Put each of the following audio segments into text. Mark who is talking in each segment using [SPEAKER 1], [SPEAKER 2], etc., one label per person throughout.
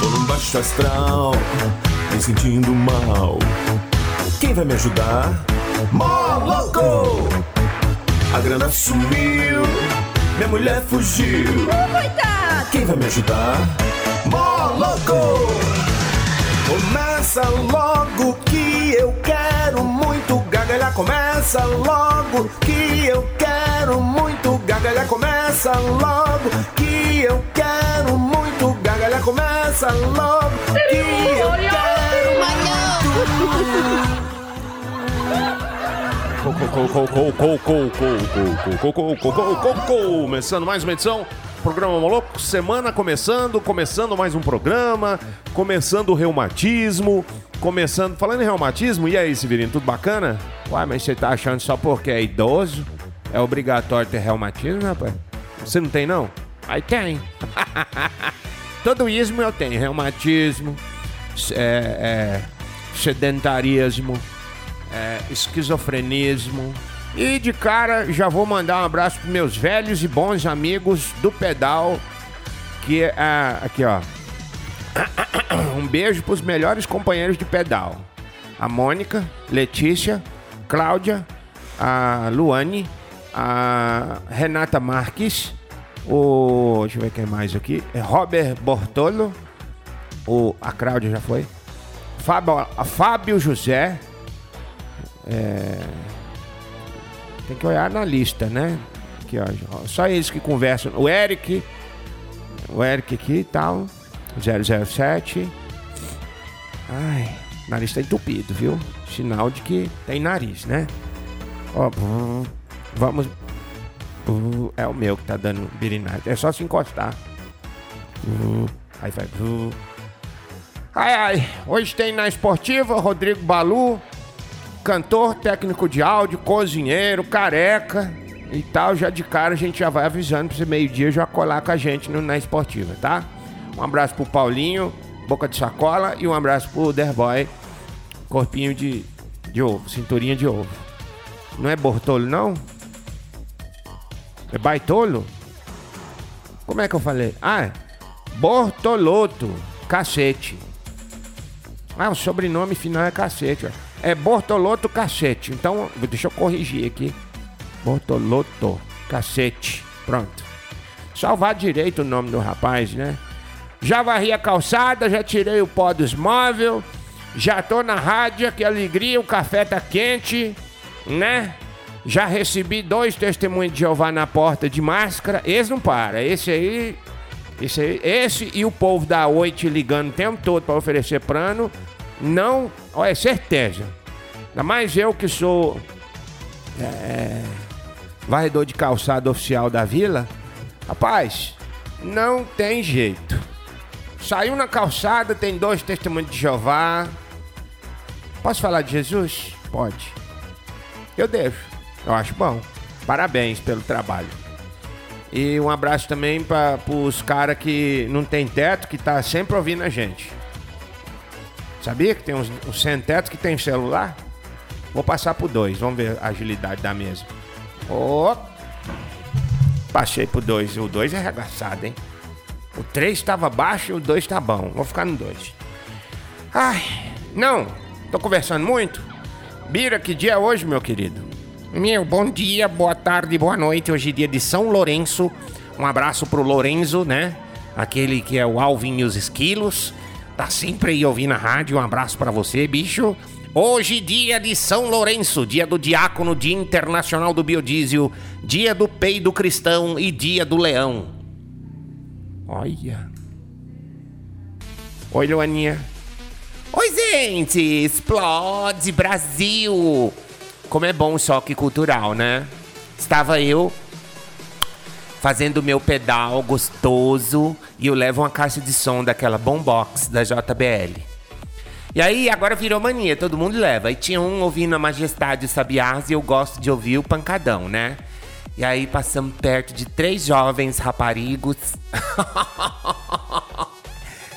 [SPEAKER 1] Tô num baixo astral, me sentindo mal. Quem vai me ajudar? Mó louco! A grana sumiu, minha mulher fugiu. Quem vai me ajudar? Mó louco! Começa logo que eu quero muito gargalhar. Começa logo que eu quero muito gargalhar. Começa logo que eu quero muito gargalhar. Começa logo que eu quero
[SPEAKER 2] Começando mais uma edição, programa maluco, semana começando, começando mais um programa, começando o reumatismo, começando. Falando em reumatismo, e aí, Severino, tudo bacana? Uai, mas você tá achando só porque é idoso? É obrigatório ter reumatismo, rapaz? Você não tem, não? Aí tem. Todo ismo eu tenho, reumatismo, s- é, é, sedentarismo, é, esquizofrenismo. E de cara já vou mandar um abraço pros meus velhos e bons amigos do pedal, que é aqui ó. Um beijo pros melhores companheiros de pedal. A Mônica, Letícia, Cláudia, a Luane, a Renata Marques, o. Deixa eu ver quem mais aqui. é Robert Bortolo, o, a Cláudia já foi. Fábio, a Fábio José, Tem que olhar na lista, né? Aqui, ó, só eles que conversam. O Eric, o Eric aqui e tal, 007. Ai, nariz tá entupido, viu? Sinal de que tem nariz, né? Ó, brum, vamos... brum, É o meu que tá dando birinagem. É só se encostar. Brum, Aí vai... brum. Ai, ai, hoje tem na esportiva Rodrigo Balu, cantor, técnico de áudio, cozinheiro, careca e tal. Já de cara a gente já vai avisando pra você meio-dia já colar com a gente no, na esportiva, tá? Um abraço pro Paulinho, boca de sacola, e um abraço pro Derboy, corpinho de, de ovo, cinturinha de ovo. Não é bortolo, não? É baitolo? Como é que eu falei? Ah, é Bortoloto, cacete. Ah, o sobrenome final é cacete, ó. É Bortoloto Cacete. Então, deixa eu corrigir aqui. Bortoloto Cacete. Pronto. Salvar direito o nome do rapaz, né? Já varri a calçada, já tirei o pó dos móveis, já tô na rádio, que alegria, o café tá quente, né? Já recebi dois testemunhos de Jeová na porta de máscara. Esse não para, esse aí. Esse, aí, esse e o povo da Oite ligando o tempo todo pra oferecer plano. Não, ó, é certeza. Ainda mais eu que sou varredor de calçada oficial da vila, rapaz, não tem jeito. Saiu na calçada, tem dois testemunhos de Jeová. Posso falar de Jesus? Pode. Eu deixo. Eu acho bom. Parabéns pelo trabalho. E um abraço também para os caras que não tem teto, que tá sempre ouvindo a gente. Sabia que tem uns, uns sem teto que tem celular? Vou passar pro dois, vamos ver a agilidade da mesa. Ó. Passei pro dois. O dois é arregaçado, hein? O três estava baixo e o dois tá bom. Vou ficar no dois. Ai, não. Tô conversando muito? Bira, que dia é hoje, meu querido? Meu, bom dia, boa tarde, boa noite. Hoje é dia de São Lourenço. Um abraço pro Lorenzo, né? Aquele que é o Alvin e os Esquilos. Tá sempre aí ouvindo a rádio. Um abraço pra você, bicho. Hoje, dia de São Lourenço, dia do diácono, dia internacional do biodiesel, dia do peido cristão e dia do leão. Olha. Oi, Luaninha. Oi, gente! Explode Brasil! Como é bom o choque cultural, né? Estava eu fazendo o meu pedal gostoso e eu levo uma caixa de som daquela Bombox da JBL. E aí agora virou mania, todo mundo leva. E tinha um ouvindo a Majestade e o Sabiás e eu gosto de ouvir o pancadão, né? E aí passamos perto de três jovens raparigos.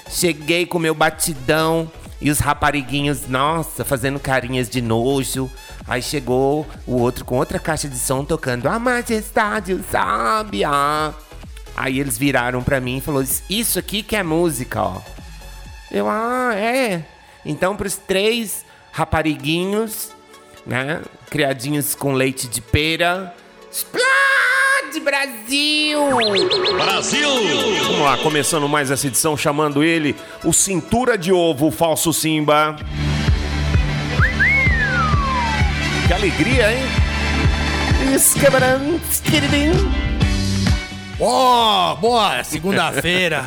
[SPEAKER 2] Cheguei com meu batidão e os rapariguinhos, nossa, fazendo carinhas de nojo. Aí chegou o outro com outra caixa de som tocando A Majestade o Sábia. Aí eles viraram pra mim e falou: Isso aqui que é música, ó. Eu, ah, é. Então, pros três rapariguinhos, né? Criadinhos com leite de pera. Explode, Brasil!
[SPEAKER 3] Brasil!
[SPEAKER 4] Vamos lá, começando mais essa edição, chamando ele o Cintura de Ovo, o falso Simba. Que alegria, hein? é
[SPEAKER 5] Ó, boa segunda-feira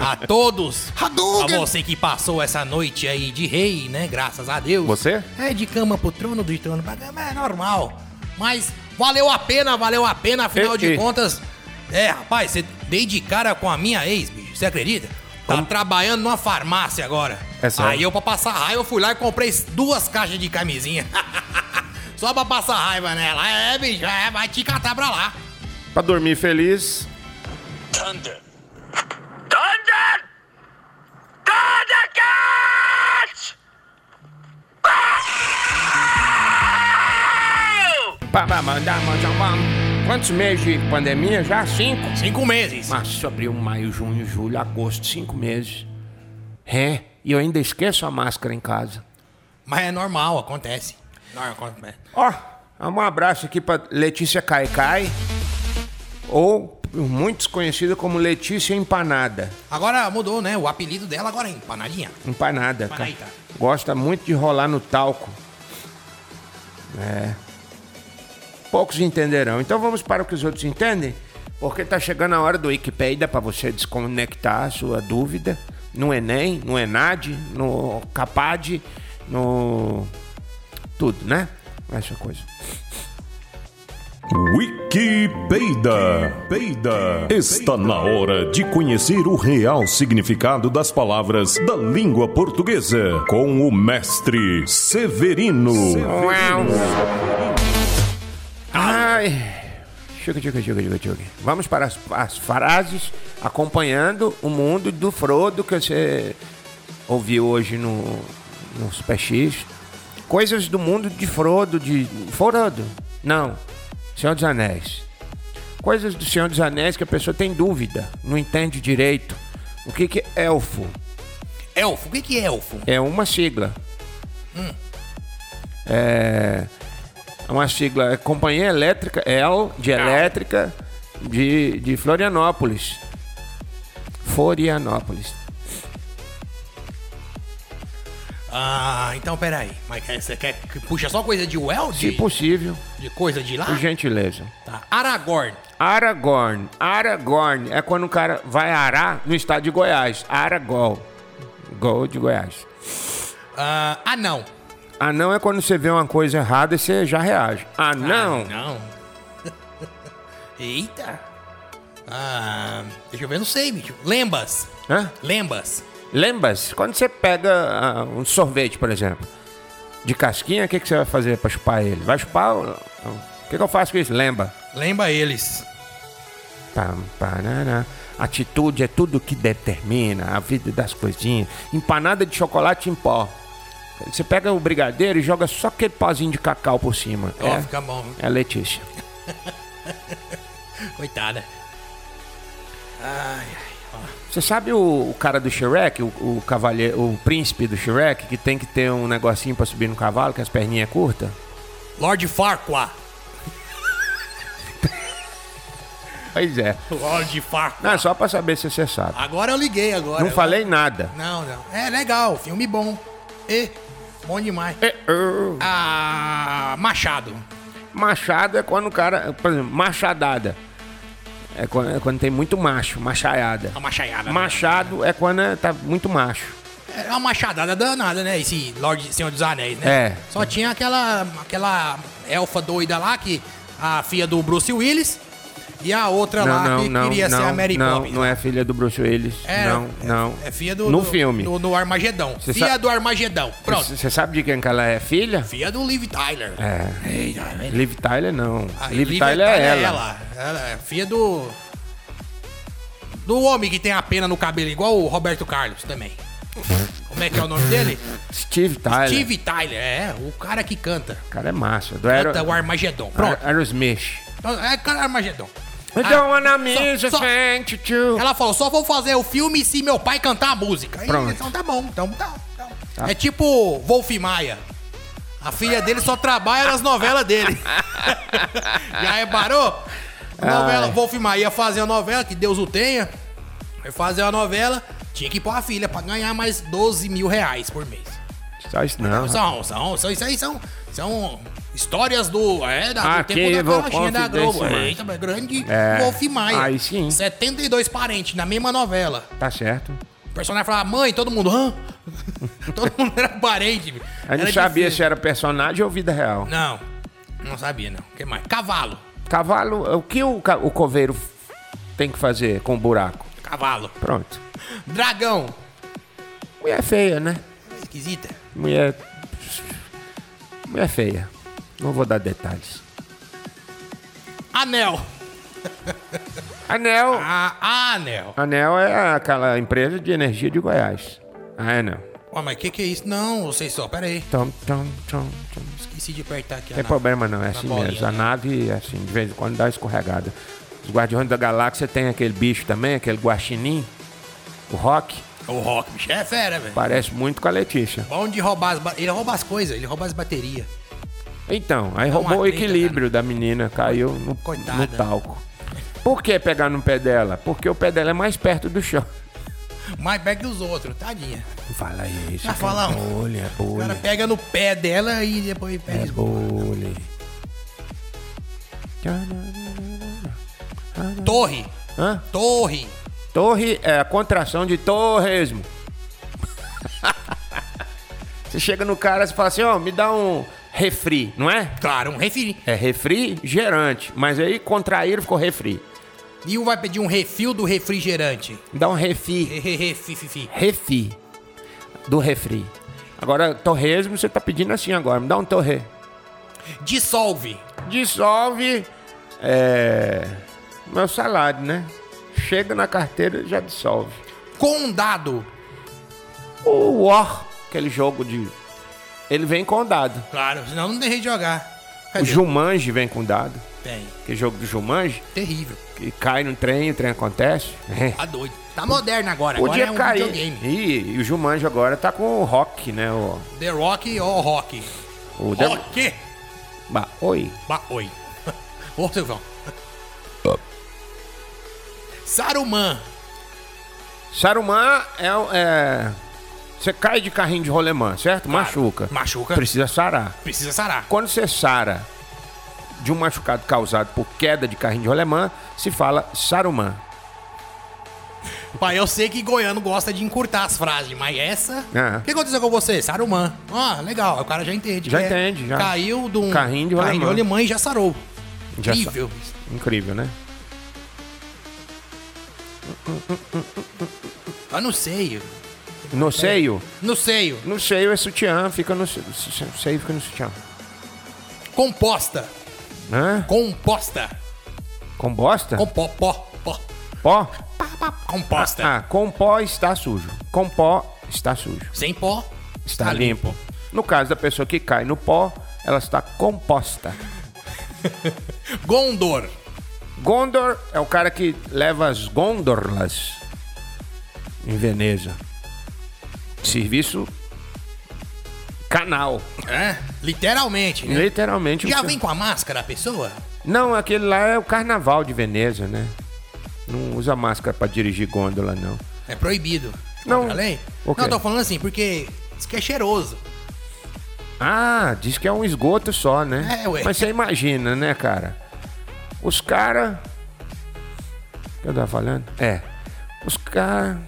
[SPEAKER 5] a todos. A você que passou essa noite aí de rei, né? Graças a Deus.
[SPEAKER 4] Você?
[SPEAKER 5] É, de cama pro trono, do trono pra cama, é normal. Mas valeu a pena, valeu a pena, afinal
[SPEAKER 4] Ei,
[SPEAKER 5] de
[SPEAKER 4] ei.
[SPEAKER 5] contas. É, rapaz, você dei de cara com a minha ex, bicho, você acredita? Tá trabalhando numa farmácia agora.
[SPEAKER 4] É sério?
[SPEAKER 5] Aí eu, pra passar raiva, eu fui lá e comprei duas caixas de camisinha. Só pra passar raiva nela. É, bicho, é, vai te catar pra lá.
[SPEAKER 4] Pra dormir feliz.
[SPEAKER 3] Thunder!
[SPEAKER 2] Pra- pra mandar, mandar uma- Quantos meses de pandemia? Já cinco.
[SPEAKER 5] Cinco meses.
[SPEAKER 2] Março, abril, maio, junho, julho, agosto, cinco meses. É, e eu ainda esqueço a máscara em casa.
[SPEAKER 5] Mas é normal, acontece. Não, acontece.
[SPEAKER 2] Ó, um abraço aqui pra Letícia Caicai, ou muitos conhecida como Letícia Empanada.
[SPEAKER 5] Agora mudou, né? O apelido dela agora é empanadinha.
[SPEAKER 2] Empanada, cara.
[SPEAKER 5] Empanadita.
[SPEAKER 2] Gosta muito de rolar no talco. É. Poucos entenderão. Então vamos para o que os outros entendem, porque tá chegando a hora do Wikipedia para você desconectar a sua dúvida no Enem, no Enad, no Capad, no tudo, né? Essa coisa.
[SPEAKER 1] Wikipedia. Peida. Está na hora de conhecer o real significado das palavras da língua portuguesa com o mestre Severino.
[SPEAKER 2] é Ai. Chuca, chuca, chuca, chuca, chuca. Vamos para as, as frases acompanhando o mundo do Frodo que você ouviu hoje no, no Super X. Coisas do mundo de Frodo, de. Frodo? Não. Senhor dos Anéis. Coisas do Senhor dos Anéis que a pessoa tem dúvida, não entende direito. O que, que é elfo?
[SPEAKER 5] Elfo, o que que é elfo?
[SPEAKER 2] É uma sigla. É é uma sigla. É Companhia Elétrica, EL, de Elétrica, de, de Florianópolis. Florianópolis.
[SPEAKER 5] Ah, então peraí. Mas quer- você quer que puxa só coisa de Weld?
[SPEAKER 2] Se possível,
[SPEAKER 5] De coisa de lá?
[SPEAKER 2] por gentileza.
[SPEAKER 5] Tá. Aragorn.
[SPEAKER 2] Aragorn. Aragorn é quando o cara vai arar no estado de Goiás. Aragol. Gol de Goiás.
[SPEAKER 5] Ah, anão.
[SPEAKER 2] Anão é quando você vê uma coisa errada e você já reage. Anão.
[SPEAKER 5] Ah, Não. Eita. Ah, deixa eu ver, não sei, bicho. Lembas.
[SPEAKER 2] Hã?
[SPEAKER 5] Lembas.
[SPEAKER 2] Lembra-se, quando você pega ah, um sorvete, por exemplo, de casquinha, o que, que você vai fazer pra chupar ele? Vai chupar? O o que, que eu faço com isso? Lembra?
[SPEAKER 5] Lembra eles.
[SPEAKER 2] Pam, parará. Atitude é tudo que determina a vida das coisinhas. Empanada de chocolate em pó. Você pega o brigadeiro e joga só aquele pozinho de cacau por cima.
[SPEAKER 5] Ó,
[SPEAKER 2] é,
[SPEAKER 5] fica bom.
[SPEAKER 2] é Letícia.
[SPEAKER 5] Coitada.
[SPEAKER 2] Você sabe o, o cara do Shrek, o, o cavalheiro, o príncipe do Shrek, que tem que ter um negocinho pra subir no cavalo, que as perninhas é curtas?
[SPEAKER 5] Lord Farquaad.
[SPEAKER 2] Pois é.
[SPEAKER 5] Lord Farquaad.
[SPEAKER 2] Não, é só pra saber se você sabe.
[SPEAKER 5] Agora eu liguei agora.
[SPEAKER 2] Não
[SPEAKER 5] Eu-
[SPEAKER 2] falei nada.
[SPEAKER 5] Não, não. É legal, filme bom. E bom demais.
[SPEAKER 2] É,
[SPEAKER 5] Ah, Machado.
[SPEAKER 2] Machado é quando o cara. Por exemplo, machadada. É quando, é quando tem muito macho, machaiada.
[SPEAKER 5] A machaiada.
[SPEAKER 2] Machado é quando é- tá muito macho.
[SPEAKER 5] É uma machadada danada, né? Esse Lorde Senhor dos Anéis, né?
[SPEAKER 2] É.
[SPEAKER 5] Só tinha aquela aquela elfa doida lá que a filha do Bruce Willis E a outra lá que queria ser a Mary
[SPEAKER 2] não,
[SPEAKER 5] Poppins.
[SPEAKER 2] não é filha do Bruce Willis.
[SPEAKER 5] Era-
[SPEAKER 2] não, não.
[SPEAKER 5] É filha do.
[SPEAKER 2] No
[SPEAKER 5] do-
[SPEAKER 2] filme.
[SPEAKER 5] Do, do Armagedão.
[SPEAKER 2] Cê
[SPEAKER 5] filha
[SPEAKER 2] sa-
[SPEAKER 5] do Armagedão. Pronto.
[SPEAKER 2] Você sabe de quem que ela é filha?
[SPEAKER 5] Filha do Liv Tyler.
[SPEAKER 2] É.
[SPEAKER 5] Ei, tá vendo?
[SPEAKER 2] Liv Tyler não.
[SPEAKER 5] A
[SPEAKER 2] Liv, Tyler, é ela.
[SPEAKER 5] Ela é filha do. Do homem que tem a pena no cabelo, igual o Roberto Carlos também. Como é que é o nome dele?
[SPEAKER 2] né? Steve Tyler.
[SPEAKER 5] Steve Tyler, é, o cara que canta.
[SPEAKER 2] O cara é massa. Do
[SPEAKER 5] Canta
[SPEAKER 2] Aero...
[SPEAKER 5] tá, o Armagedon. Pronto.
[SPEAKER 2] Ar- Aerosmith.
[SPEAKER 5] É, cara, Armagedon.
[SPEAKER 2] I
[SPEAKER 5] Ah,
[SPEAKER 2] don't wanna miss
[SPEAKER 5] só-
[SPEAKER 2] a
[SPEAKER 5] só-
[SPEAKER 2] thing to do.
[SPEAKER 5] Ela falou, só vou fazer o filme se meu pai cantar a música. Aí,
[SPEAKER 2] Pronto.
[SPEAKER 5] então tá bom, então tá. então. É tipo Wolf Maia. A filha dele só trabalha nas novelas dele. Já reparou? A Novela, Wolf Maia ia fazer a novela, que Deus o tenha. Foi fazer a novela, tinha que pôr a filha pra ganhar mais 12 mil reais por mês.
[SPEAKER 2] Só isso não.
[SPEAKER 5] São, são, são, isso aí são, são histórias do, é, da, do
[SPEAKER 2] Aqui
[SPEAKER 5] tempo da
[SPEAKER 2] vou
[SPEAKER 5] carochinha da
[SPEAKER 2] confidência,
[SPEAKER 5] Globo.
[SPEAKER 2] mano.
[SPEAKER 5] Eita, mas grande
[SPEAKER 2] É,
[SPEAKER 5] Wolf Maia.
[SPEAKER 2] aí sim.
[SPEAKER 5] 72 parentes na mesma novela.
[SPEAKER 2] Tá certo.
[SPEAKER 5] O personagem falava, mãe, todo mundo, hã? todo mundo era parente. bicho.
[SPEAKER 2] Aí não
[SPEAKER 5] Era
[SPEAKER 2] sabia
[SPEAKER 5] difícil.
[SPEAKER 2] se era personagem ou vida real.
[SPEAKER 5] Não, não sabia não. O que mais? Cavalo,
[SPEAKER 2] Cavalo, o que o, ca- o coveiro f- tem que fazer com o buraco?
[SPEAKER 5] cavalo.
[SPEAKER 2] Pronto.
[SPEAKER 5] Dragão,
[SPEAKER 2] Mulher feia, né?
[SPEAKER 5] esquisita.
[SPEAKER 2] Mulher. Mulher feia. Não vou dar detalhes.
[SPEAKER 5] Anel,
[SPEAKER 2] Anel.
[SPEAKER 5] a anel.
[SPEAKER 2] Anel é aquela empresa de energia de Goiás. Ah, é não.
[SPEAKER 5] Ué, mas o que que é isso? Não, vocês só, pera aí.
[SPEAKER 2] Tom, tom, tom, tom.
[SPEAKER 5] Esqueci de apertar aqui.
[SPEAKER 2] Tem
[SPEAKER 5] a nave.
[SPEAKER 2] problema não, é assim
[SPEAKER 5] bolinha,
[SPEAKER 2] mesmo. A
[SPEAKER 5] né?
[SPEAKER 2] nave, assim, de vez em quando dá uma escorregada. Os Guardiões da Galáxia tem aquele bicho também, aquele guaxinim. O Rock.
[SPEAKER 5] O Rock, bicho, é fera, velho.
[SPEAKER 2] Parece muito com a Letícia.
[SPEAKER 5] Bom de roubar as... ba- Ele rouba as coisas, ele rouba as baterias.
[SPEAKER 2] Então, aí
[SPEAKER 5] uma
[SPEAKER 2] roubou o
[SPEAKER 5] treta,
[SPEAKER 2] equilíbrio da menina, caiu no,
[SPEAKER 5] Coitada.
[SPEAKER 2] no talco. Por que pegar no pé dela? Porque o pé dela é mais perto do chão.
[SPEAKER 5] Mais pega que os outros, tadinha.
[SPEAKER 2] Não fala isso. cara.
[SPEAKER 5] Já fala um.
[SPEAKER 2] Bolha,
[SPEAKER 5] O cara
[SPEAKER 2] bolha,
[SPEAKER 5] pega no pé dela e depois
[SPEAKER 2] É.
[SPEAKER 5] pega...
[SPEAKER 2] bolha.
[SPEAKER 5] Torre,
[SPEAKER 2] Hã?
[SPEAKER 5] torre.
[SPEAKER 2] Torre é a contração de torresmo. você chega no cara e fala assim, ó, me dá um refri, não é?
[SPEAKER 5] Claro, um refri.
[SPEAKER 2] É refri gerante, mas aí contraíram ficou refri.
[SPEAKER 5] E um vai pedir um refil do refrigerante.
[SPEAKER 2] Me dá um refi,
[SPEAKER 5] Refififi.
[SPEAKER 2] refi do refri. Agora, torresmo você tá pedindo assim agora, me dá um torre.
[SPEAKER 5] Dissolve.
[SPEAKER 2] Dissolve é, meu salário, né? Chega na carteira e já dissolve.
[SPEAKER 5] um Condado.
[SPEAKER 2] O War, aquele jogo de... Ele vem com dado.
[SPEAKER 5] Claro, senão não tem jeito de jogar.
[SPEAKER 2] O
[SPEAKER 5] Cadê?
[SPEAKER 2] Jumanji vem com dado.
[SPEAKER 5] Tem.
[SPEAKER 2] Que jogo do Jumanji,
[SPEAKER 5] Terrível.
[SPEAKER 2] que cai no trem, o trem acontece.
[SPEAKER 5] Tá doido. Tá moderno agora.
[SPEAKER 2] Podia
[SPEAKER 5] agora é um
[SPEAKER 2] cair.
[SPEAKER 5] videogame.
[SPEAKER 2] E, e o Jumanji agora tá com o rock, né? O,
[SPEAKER 5] The Rock ou Rock?
[SPEAKER 2] o The-
[SPEAKER 5] Rock.
[SPEAKER 2] Ba- Oi.
[SPEAKER 5] Ba oi. Ô, Silvão. Saruman.
[SPEAKER 2] Saruman é. o- é- Você cai de carrinho de rolemã, certo? Machuca.
[SPEAKER 5] Machuca.
[SPEAKER 2] Precisa sarar.
[SPEAKER 5] Precisa sarar.
[SPEAKER 2] Quando você sara de um machucado causado por queda de carrinho de rolemã, se fala Saruman.
[SPEAKER 5] Pai, eu sei que goiano gosta de encurtar as frases, mas essa...
[SPEAKER 2] É.
[SPEAKER 5] O que aconteceu com você? Saruman. Ah, legal. O cara já entende.
[SPEAKER 2] Já
[SPEAKER 5] que é-
[SPEAKER 2] entende, já.
[SPEAKER 5] Caiu de um...
[SPEAKER 2] Carrinho de rolemã.
[SPEAKER 5] Carrinho de rolemã e já sarou.
[SPEAKER 2] Já sa-
[SPEAKER 5] Incrível.
[SPEAKER 2] Incrível, né?
[SPEAKER 5] Eu não sei. É.
[SPEAKER 2] No seio.
[SPEAKER 5] No seio.
[SPEAKER 2] No seio é sutiã, fica no seio, seio fica no sutiã.
[SPEAKER 5] Composta.
[SPEAKER 2] Hã?
[SPEAKER 5] Composta.
[SPEAKER 2] Com bosta?
[SPEAKER 5] Com pó, pó, pó.
[SPEAKER 2] Pó?
[SPEAKER 5] Pá, pá, Composta.
[SPEAKER 2] Ah, com pó está sujo. Com pó está sujo.
[SPEAKER 5] Sem pó.
[SPEAKER 2] Está limpo. No caso da pessoa que cai no pó, ela está composta.
[SPEAKER 5] Gondor.
[SPEAKER 2] Gondor é o cara que leva as gôndolas em Veneza. Serviço canal.
[SPEAKER 5] É? Literalmente, né?
[SPEAKER 2] Literalmente.
[SPEAKER 5] Já
[SPEAKER 2] o-
[SPEAKER 5] vem com a máscara a pessoa?
[SPEAKER 2] Não, aquele lá é o carnaval de Veneza, né? Não usa máscara pra dirigir gôndola, não.
[SPEAKER 5] É proibido.
[SPEAKER 2] Não.
[SPEAKER 5] Contra a lei?
[SPEAKER 2] Ok.
[SPEAKER 5] Não, tô falando assim, porque diz que é cheiroso.
[SPEAKER 2] Ah, diz que é um esgoto só, né?
[SPEAKER 5] É, ué.
[SPEAKER 2] Mas você imagina, né, cara? Os cara... O que eu tava falando? É. Os cara...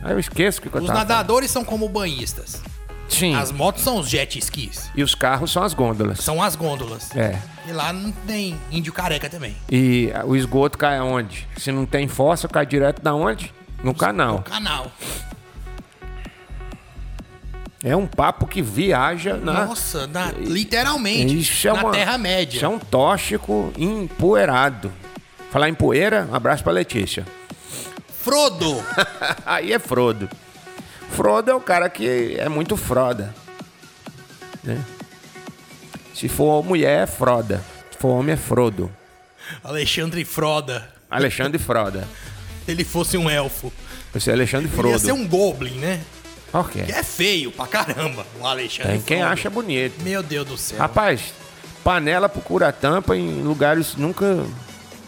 [SPEAKER 2] Aí eu esqueço o que eu tava
[SPEAKER 5] Os
[SPEAKER 2] falando.
[SPEAKER 5] nadadores são como banhistas.
[SPEAKER 2] Tá, Sim.
[SPEAKER 5] As motos são os jet skis.
[SPEAKER 2] E os carros são as gôndolas.
[SPEAKER 5] São as gôndolas.
[SPEAKER 2] É.
[SPEAKER 5] E lá não tem índio careca também.
[SPEAKER 2] E o esgoto cai aonde? Se não tem fossa, cai direto da onde? No canal.
[SPEAKER 5] Canal.
[SPEAKER 2] É um papo que viaja na.
[SPEAKER 5] Nossa, na- literalmente.
[SPEAKER 2] Isso Ah. é
[SPEAKER 5] na
[SPEAKER 2] uma-
[SPEAKER 5] Terra-média.
[SPEAKER 2] Isso é um tóxico empoeirado. Falar em poeira, um abraço pra Letícia.
[SPEAKER 5] Frodo.
[SPEAKER 2] Aí é Frodo. Frodo é o cara que é muito froda. né? Se for mulher, é Froda. Se for homem, é Frodo.
[SPEAKER 5] Alexandre Froda.
[SPEAKER 2] Alexandre Froda.
[SPEAKER 5] Se ele fosse um elfo.
[SPEAKER 2] Você é Alexandre
[SPEAKER 5] Podia
[SPEAKER 2] Frodo.
[SPEAKER 5] ser um goblin, né?
[SPEAKER 2] Por quê?
[SPEAKER 5] Que é feio pra caramba. O Alexandre
[SPEAKER 2] Tem quem
[SPEAKER 5] Frodo.
[SPEAKER 2] acha bonito.
[SPEAKER 5] Meu Deus do céu.
[SPEAKER 2] Rapaz, panela procura tampa em lugares nunca.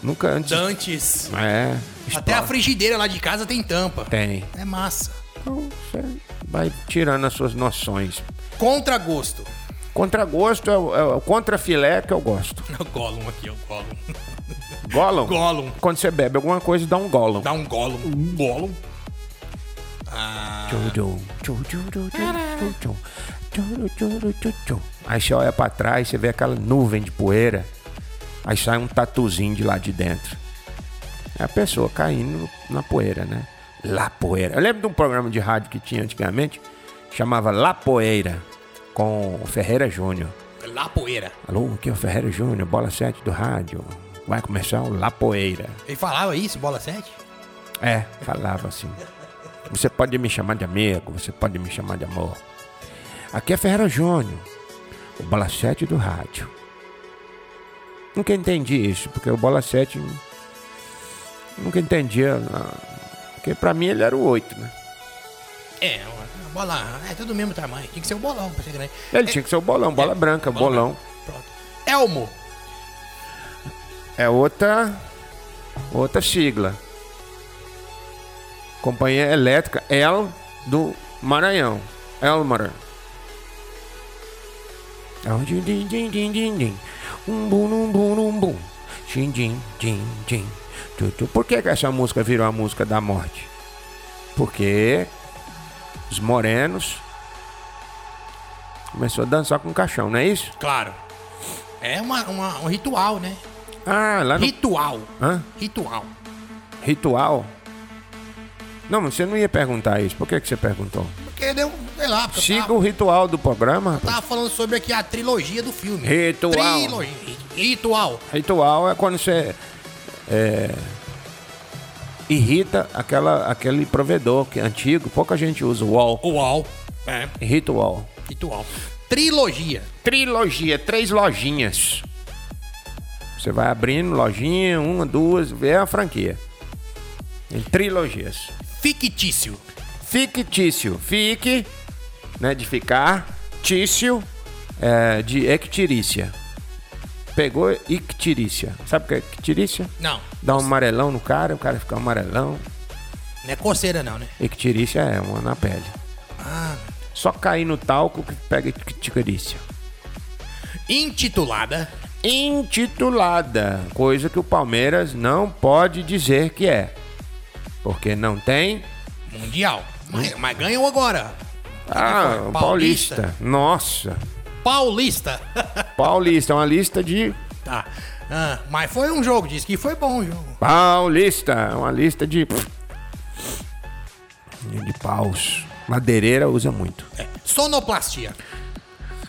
[SPEAKER 2] Nunca antes.
[SPEAKER 5] Dantes.
[SPEAKER 2] É.
[SPEAKER 5] Até a frigideira lá de casa tem tampa.
[SPEAKER 2] Tem.
[SPEAKER 5] É massa.
[SPEAKER 2] Então você vai tirando as suas noções.
[SPEAKER 5] Contra gosto.
[SPEAKER 2] Contragosto é o, é o contra filé que eu gosto.
[SPEAKER 5] O Gollum aqui, o Gollum.
[SPEAKER 2] Gollum?
[SPEAKER 5] Gollum.
[SPEAKER 2] Quando você bebe alguma coisa, dá um Gollum.
[SPEAKER 5] Dá um Gollum. Um Gollum.
[SPEAKER 2] Aí você olha pra trás, você vê aquela nuvem de poeira. Aí sai um tatuzinho de lá de dentro. É a pessoa caindo na poeira, né? La Poeira. Eu lembro de um programa de rádio que tinha antigamente, chamava La Poeira, com o Ferreira Júnior.
[SPEAKER 5] Lá poeira.
[SPEAKER 2] Alô, aqui é o Ferreira Júnior, bola 7 do rádio. Vai começar o La Poeira.
[SPEAKER 5] Ele falava isso, bola 7?
[SPEAKER 2] É, falava assim. Você pode me chamar de amigo, você pode me chamar de amor. Aqui é Ferreira Júnior, o Bola 7 do rádio. Nunca entendi isso, porque o Bola 7 n- nunca entendia. ah, Porque pra mim ele era o 8, né?
[SPEAKER 5] É, uma bola. É tudo do mesmo tamanho. Tinha que ser o bolão pra ser grande. É,
[SPEAKER 2] Ele tinha que ser o bolão, É. bola branca, bolão.
[SPEAKER 5] Pronto. Elmo.
[SPEAKER 2] É outra. outra sigla. Companhia Elétrica El do Maranhão. El Maranhão. É um din din din din din din. Um bum bum bum bum bum. Din din din din. Tu, tu. Por que, que essa música virou a música da morte? Porque os morenos começou a dançar com caixão, não é isso?
[SPEAKER 5] Claro. É uma, uma- um ritual, né?
[SPEAKER 2] Ah, lá no...
[SPEAKER 5] Ritual.
[SPEAKER 2] Hã?
[SPEAKER 5] Ritual.
[SPEAKER 2] Ritual? Não, mas você não ia perguntar isso. Por que, que você perguntou?
[SPEAKER 5] Porque deu, sei lá, porque eu
[SPEAKER 2] Siga
[SPEAKER 5] tava,
[SPEAKER 2] o ritual do programa. rapaz.
[SPEAKER 5] tava falando sobre aqui a trilogia do filme.
[SPEAKER 2] Ritual.
[SPEAKER 5] Trilogia. Ritual.
[SPEAKER 2] Ritual é quando você é, irrita aquela, aquele provedor que é antigo. Pouca gente usa o UOL.
[SPEAKER 5] Uau. É,
[SPEAKER 2] Ritual.
[SPEAKER 5] ritual. Trilogia.
[SPEAKER 2] Trilogia, três lojinhas. Você vai abrindo lojinha, uma, duas, é a franquia. Em trilogias.
[SPEAKER 5] Fictício.
[SPEAKER 2] fictício. Fique, né, de ficar, tício, é, de ectirícia. Pegou ictirícia. Sabe o que é ictirícia?
[SPEAKER 5] Não.
[SPEAKER 2] Dá um amarelão no cara, o cara fica amarelão.
[SPEAKER 5] Não é coceira, não, né?
[SPEAKER 2] Ictirícia é uma na pele. Só cair no talco que pega ictirícia.
[SPEAKER 5] Intitulada.
[SPEAKER 2] Intitulada, coisa que o Palmeiras não pode dizer que é. Porque não tem
[SPEAKER 5] Mundial. Mas, mas ganhou agora.
[SPEAKER 2] ah,
[SPEAKER 5] foi?
[SPEAKER 2] um
[SPEAKER 5] Paulista.
[SPEAKER 2] paulista. Nossa,
[SPEAKER 5] Paulista.
[SPEAKER 2] paulista é uma lista de
[SPEAKER 5] tá. Ah, mas foi um jogo, disse que foi bom o jogo.
[SPEAKER 2] Paulista, é uma lista de. de paus. Madeireira usa muito.
[SPEAKER 5] É. Sonoplastia.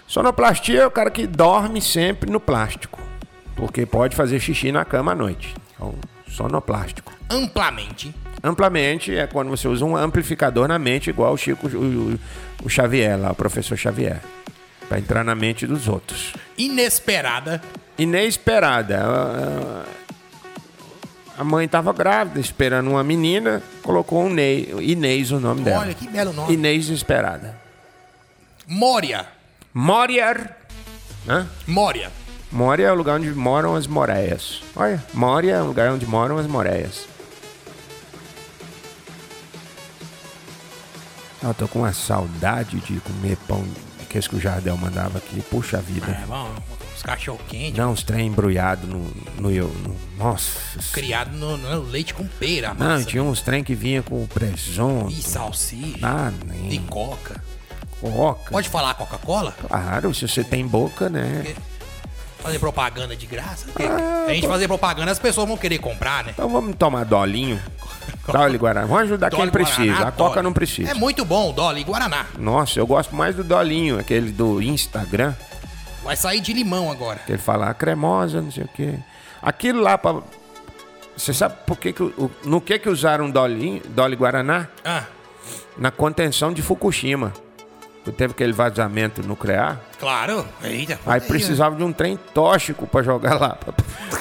[SPEAKER 2] Sonoplastia é o cara que dorme sempre no plástico. Porque pode fazer xixi na cama à noite. Então, sonoplástico.
[SPEAKER 5] Amplamente.
[SPEAKER 2] Amplamente é quando você usa um amplificador na mente, igual o Chico, o, o- o Xavier lá, o professor Xavier. Pra entrar na mente dos outros.
[SPEAKER 5] Inesperada.
[SPEAKER 2] Inesperada. A- A a mãe tava grávida, esperando uma menina, colocou um Ney, Inês o nome dela.
[SPEAKER 5] Olha que belo nome.
[SPEAKER 2] Inês Esperada.
[SPEAKER 5] Mória.
[SPEAKER 2] Moriar. Hã?
[SPEAKER 5] Mória.
[SPEAKER 2] Moria é o lugar onde moram as moreias. Olha, Moria é o lugar onde moram as moreias. Eu Ah, tô com uma saudade de comer pão que esse que o Jardel mandava aqui. Puxa
[SPEAKER 5] É,
[SPEAKER 2] vida.
[SPEAKER 5] bom, os cachorro quente.
[SPEAKER 2] Não, os trem embrulhado no... no, no nossa.
[SPEAKER 5] Criado no, no leite com pera,
[SPEAKER 2] Não,
[SPEAKER 5] massa.
[SPEAKER 2] tinha uns trem que vinha com presunto.
[SPEAKER 5] E salsicha.
[SPEAKER 2] Ah, tá, nem.
[SPEAKER 5] E coca.
[SPEAKER 2] Coca.
[SPEAKER 5] Pode falar Coca-Cola?
[SPEAKER 2] Claro, se você tem boca,
[SPEAKER 5] É.
[SPEAKER 2] né?
[SPEAKER 5] Fazer propaganda de graça?
[SPEAKER 2] Ah,
[SPEAKER 5] Porque a gente fazer propaganda, as pessoas vão querer comprar, né?
[SPEAKER 2] Então vamos tomar dolinho. Dole Guaraná. Vamos ajudar
[SPEAKER 5] Dolly
[SPEAKER 2] quem precisa.
[SPEAKER 5] Guaraná,
[SPEAKER 2] a Coca
[SPEAKER 5] Dolly.
[SPEAKER 2] não precisa.
[SPEAKER 5] É muito bom o Dolly Guaraná.
[SPEAKER 2] Nossa, eu gosto mais do dolinho, aquele do Instagram,
[SPEAKER 5] Vai sair de limão agora.
[SPEAKER 2] que ele fala ah, cremosa, não sei o quê. Aquilo lá pra... Você sabe por que que, o- o- no que que usaram dolinho, Dolly Guaraná?
[SPEAKER 5] Ah,
[SPEAKER 2] Na contenção de Fukushima. que Teve aquele vazamento nuclear.
[SPEAKER 5] claro. Eita.
[SPEAKER 2] Aí
[SPEAKER 5] né?
[SPEAKER 2] precisava de um trem tóxico pra jogar lá.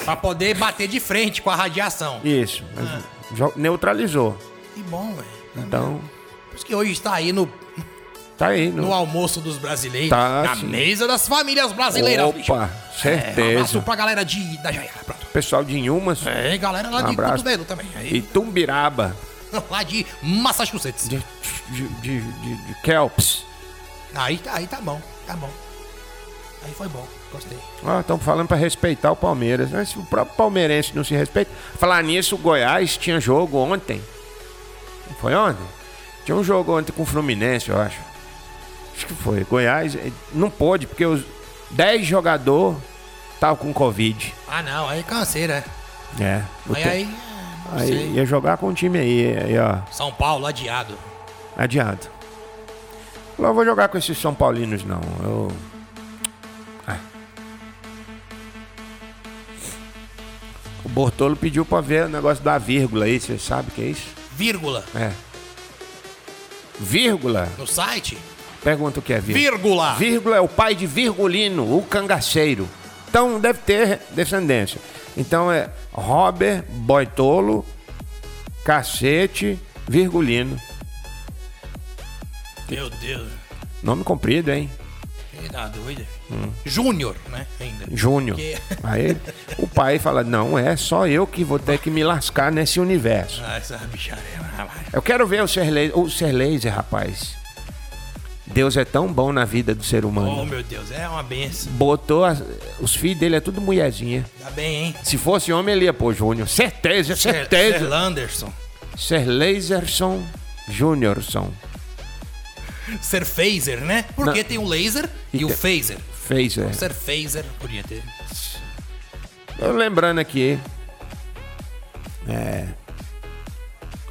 [SPEAKER 5] Pra poder bater de frente com a radiação.
[SPEAKER 2] Isso.
[SPEAKER 5] Ah.
[SPEAKER 2] Jo- Neutralizou.
[SPEAKER 5] Que bom, velho.
[SPEAKER 2] Então,
[SPEAKER 5] Por isso que hoje está aí no,
[SPEAKER 2] tá aí. no-
[SPEAKER 5] no almoço dos brasileiros.
[SPEAKER 2] Tá,
[SPEAKER 5] na
[SPEAKER 2] sim.
[SPEAKER 5] mesa das famílias brasileiras. bicho.
[SPEAKER 2] Opa,
[SPEAKER 5] É, um abraço
[SPEAKER 2] certeza.
[SPEAKER 5] pra galera de, da Jaiara. Pronto.
[SPEAKER 2] Pessoal de Inhumas
[SPEAKER 5] É, galera lá
[SPEAKER 2] Um
[SPEAKER 5] de
[SPEAKER 2] abraço.
[SPEAKER 5] Canto Velho também. Aí,
[SPEAKER 2] e Tumbiraba.
[SPEAKER 5] Lá de Massachusetts.
[SPEAKER 2] De, de, de, de- de Kelps.
[SPEAKER 5] Aí, tá- aí tá bom, tá bom. Aí foi bom, gostei.
[SPEAKER 2] Ó, estão falando pra respeitar o Palmeiras. Mas se o próprio palmeirense não se respeita. Falar nisso, o Goiás tinha jogo ontem. Não Foi ontem? Tinha um jogo ontem com o Fluminense, eu acho. Acho que foi. Goiás eh, não pôde, porque os 10 jogadores estavam com Covid.
[SPEAKER 5] Ah não, aí canseira.
[SPEAKER 2] É. o
[SPEAKER 5] Aí
[SPEAKER 2] te-
[SPEAKER 5] aí. Não
[SPEAKER 2] aí
[SPEAKER 5] sei.
[SPEAKER 2] ia jogar com o time aí, aí ó,
[SPEAKER 5] São Paulo adiado.
[SPEAKER 2] adiado. Falou, eu vou jogar com esses São Paulinos, não. Eu. Ah. O Bortolo pediu pra ver o negócio da vírgula aí, você sabe o que é isso?
[SPEAKER 5] Vírgula.
[SPEAKER 2] É. Vírgula?
[SPEAKER 5] No site?
[SPEAKER 2] Pergunta o que é vírgula.
[SPEAKER 5] Vírgula!
[SPEAKER 2] Vírgula é o pai de Virgulino, o cangaceiro. Então deve ter descendência. Então é Robert Boitolo, cacete, Virgulino.
[SPEAKER 5] Meu Deus,
[SPEAKER 2] Nome comprido, hein?
[SPEAKER 5] que da doida.
[SPEAKER 2] Hum.
[SPEAKER 5] Júnior, né? Ainda.
[SPEAKER 2] Júnior.
[SPEAKER 5] Que-
[SPEAKER 2] Aí o pai fala: não, é só eu que vou ter que me lascar nesse universo.
[SPEAKER 5] Ah, essa bicharela. rapaz.
[SPEAKER 2] Eu quero ver o ser laser, o ser laser, rapaz. Deus é tão bom na vida do ser
[SPEAKER 5] Oh,
[SPEAKER 2] humano.
[SPEAKER 5] meu Deus, é uma benção.
[SPEAKER 2] Botou as- os filhos dele, é tudo mulherzinha.
[SPEAKER 5] Tá bem, hein?
[SPEAKER 2] Se fosse homem, ele ia pôr Júnior. Certeza,
[SPEAKER 5] Ser-
[SPEAKER 2] certeza.
[SPEAKER 5] Ser Landerson.
[SPEAKER 2] Ser Laserson Júniorson.
[SPEAKER 5] Ser phaser, né? Porque tem o laser e,
[SPEAKER 2] E
[SPEAKER 5] o
[SPEAKER 2] tem-
[SPEAKER 5] phaser.
[SPEAKER 2] Fez, é.
[SPEAKER 5] Ser phaser, podia ter.
[SPEAKER 2] Eu lembrando aqui. É.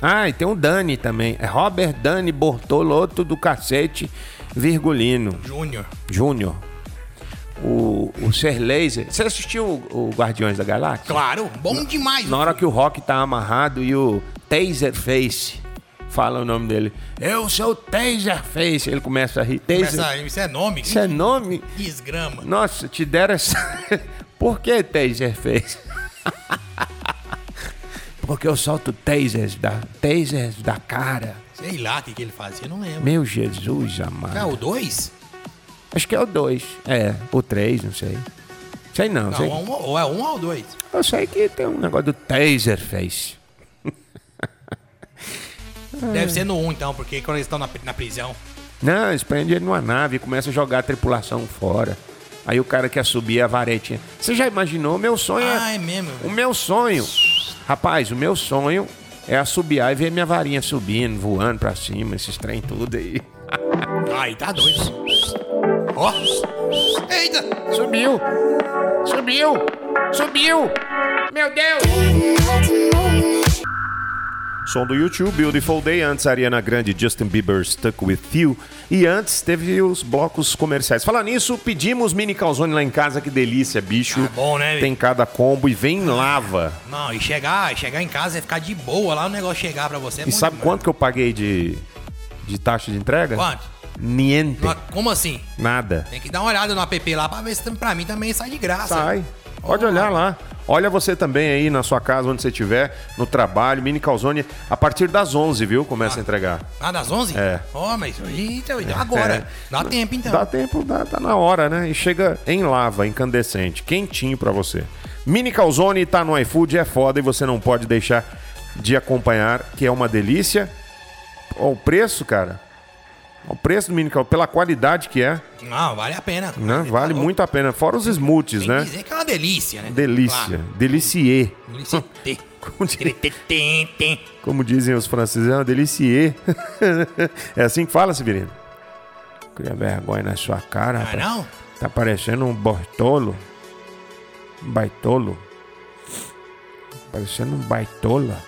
[SPEAKER 2] Ah, e tem um Dani também. É Robert Dani Bortolotto do cacete Virgulino
[SPEAKER 5] Júnior.
[SPEAKER 2] Júnior. O, o Ser Laser. Você assistiu o, o Guardiões da Galáxia?
[SPEAKER 5] Claro, bom demais.
[SPEAKER 2] Na hora que o Rock tá amarrado e o Taserface fala o nome dele. Eu sou o Taserface. Ele começa a rir. Taser.
[SPEAKER 5] Essa- isso é nome?
[SPEAKER 2] Isso é nome?
[SPEAKER 5] Desgrama.
[SPEAKER 2] Nossa, te deram essa. Por que taser fez? Porque eu solto tasers da, tasers da cara.
[SPEAKER 5] Sei lá o que, que ele fazia, não lembro.
[SPEAKER 2] Meu Jesus
[SPEAKER 5] É
[SPEAKER 2] amado.
[SPEAKER 5] o 2?
[SPEAKER 2] Acho que é o 2. É, o 3, não sei. Sei não,
[SPEAKER 5] Não,
[SPEAKER 2] sei.
[SPEAKER 5] é um, ou é um ou dois.
[SPEAKER 2] Eu sei que tem um negócio do taser fez. É.
[SPEAKER 5] Deve ser no 1, um, então, porque quando eles estão na, na prisão.
[SPEAKER 2] Não, eles prendem ele numa nave e começam a jogar a tripulação fora. Aí o cara quer subir a varetinha. Você já imaginou? Meu sonho é.
[SPEAKER 5] Ah, é mesmo.
[SPEAKER 2] O meu sonho, rapaz, o meu sonho é assobiar e ver minha varinha subindo, voando pra cima, esses trem tudo aí.
[SPEAKER 5] Ai, tá doido. Ó. Eita!
[SPEAKER 2] Subiu! Subiu! Subiu! Meu Deus!
[SPEAKER 4] Som do YouTube, Beautiful Day, antes Ariana Grande, Justin Bieber, Stuck With You. E antes teve os blocos comerciais. Falar nisso, pedimos mini calzone lá em casa, que delícia, bicho.
[SPEAKER 5] Tá bom, né,
[SPEAKER 4] Tem cada combo e vem lava.
[SPEAKER 5] Não, e chegar, chegar em casa é ficar de boa lá, o negócio chegar pra você. É
[SPEAKER 4] E
[SPEAKER 5] bom
[SPEAKER 4] sabe é?
[SPEAKER 5] demais.
[SPEAKER 4] quanto que eu paguei de, de taxa de entrega?
[SPEAKER 5] Quanto?
[SPEAKER 4] Niente.
[SPEAKER 5] Não, Como assim?
[SPEAKER 4] Nada.
[SPEAKER 5] Tem que dar uma olhada no app lá pra ver se tam- pra mim também sai de graça.
[SPEAKER 4] Sai. Pode olhar lá. Olha você também aí na sua casa, onde você estiver, no trabalho, mini calzone, a partir das 11, viu? Começa a entregar.
[SPEAKER 5] Ah, das 11?
[SPEAKER 4] É.
[SPEAKER 5] Ó, mas. Eita, então, agora.
[SPEAKER 4] É.
[SPEAKER 5] Dá tempo então.
[SPEAKER 4] Dá tempo, dá, tá na hora, né? E chega em lava, incandescente, quentinho pra você. Mini Calzone tá no iFood, é foda e você não pode deixar de acompanhar, que é uma delícia. Ó, o preço, cara. O preço do Mini Calzone, pela qualidade que é,
[SPEAKER 5] Não, vale a pena.
[SPEAKER 4] né? Vale
[SPEAKER 5] Falou.
[SPEAKER 4] muito a pena. Fora os smoothies,
[SPEAKER 5] Tem que
[SPEAKER 4] né?
[SPEAKER 5] dizer que é uma delícia, né?
[SPEAKER 4] Delícia.
[SPEAKER 5] Claro.
[SPEAKER 4] Delicier.
[SPEAKER 5] Delícia. Tê.
[SPEAKER 4] Como diz-
[SPEAKER 5] Tê, tê, tê, tê.
[SPEAKER 4] Como dizem os franceses, é uma delicier. é assim que fala, Severino?
[SPEAKER 2] Cria vergonha na sua cara,
[SPEAKER 5] Ah,
[SPEAKER 2] rapaz.
[SPEAKER 5] não?
[SPEAKER 2] Tá parecendo um bortolo. Um baitolo. Parecendo um baitola.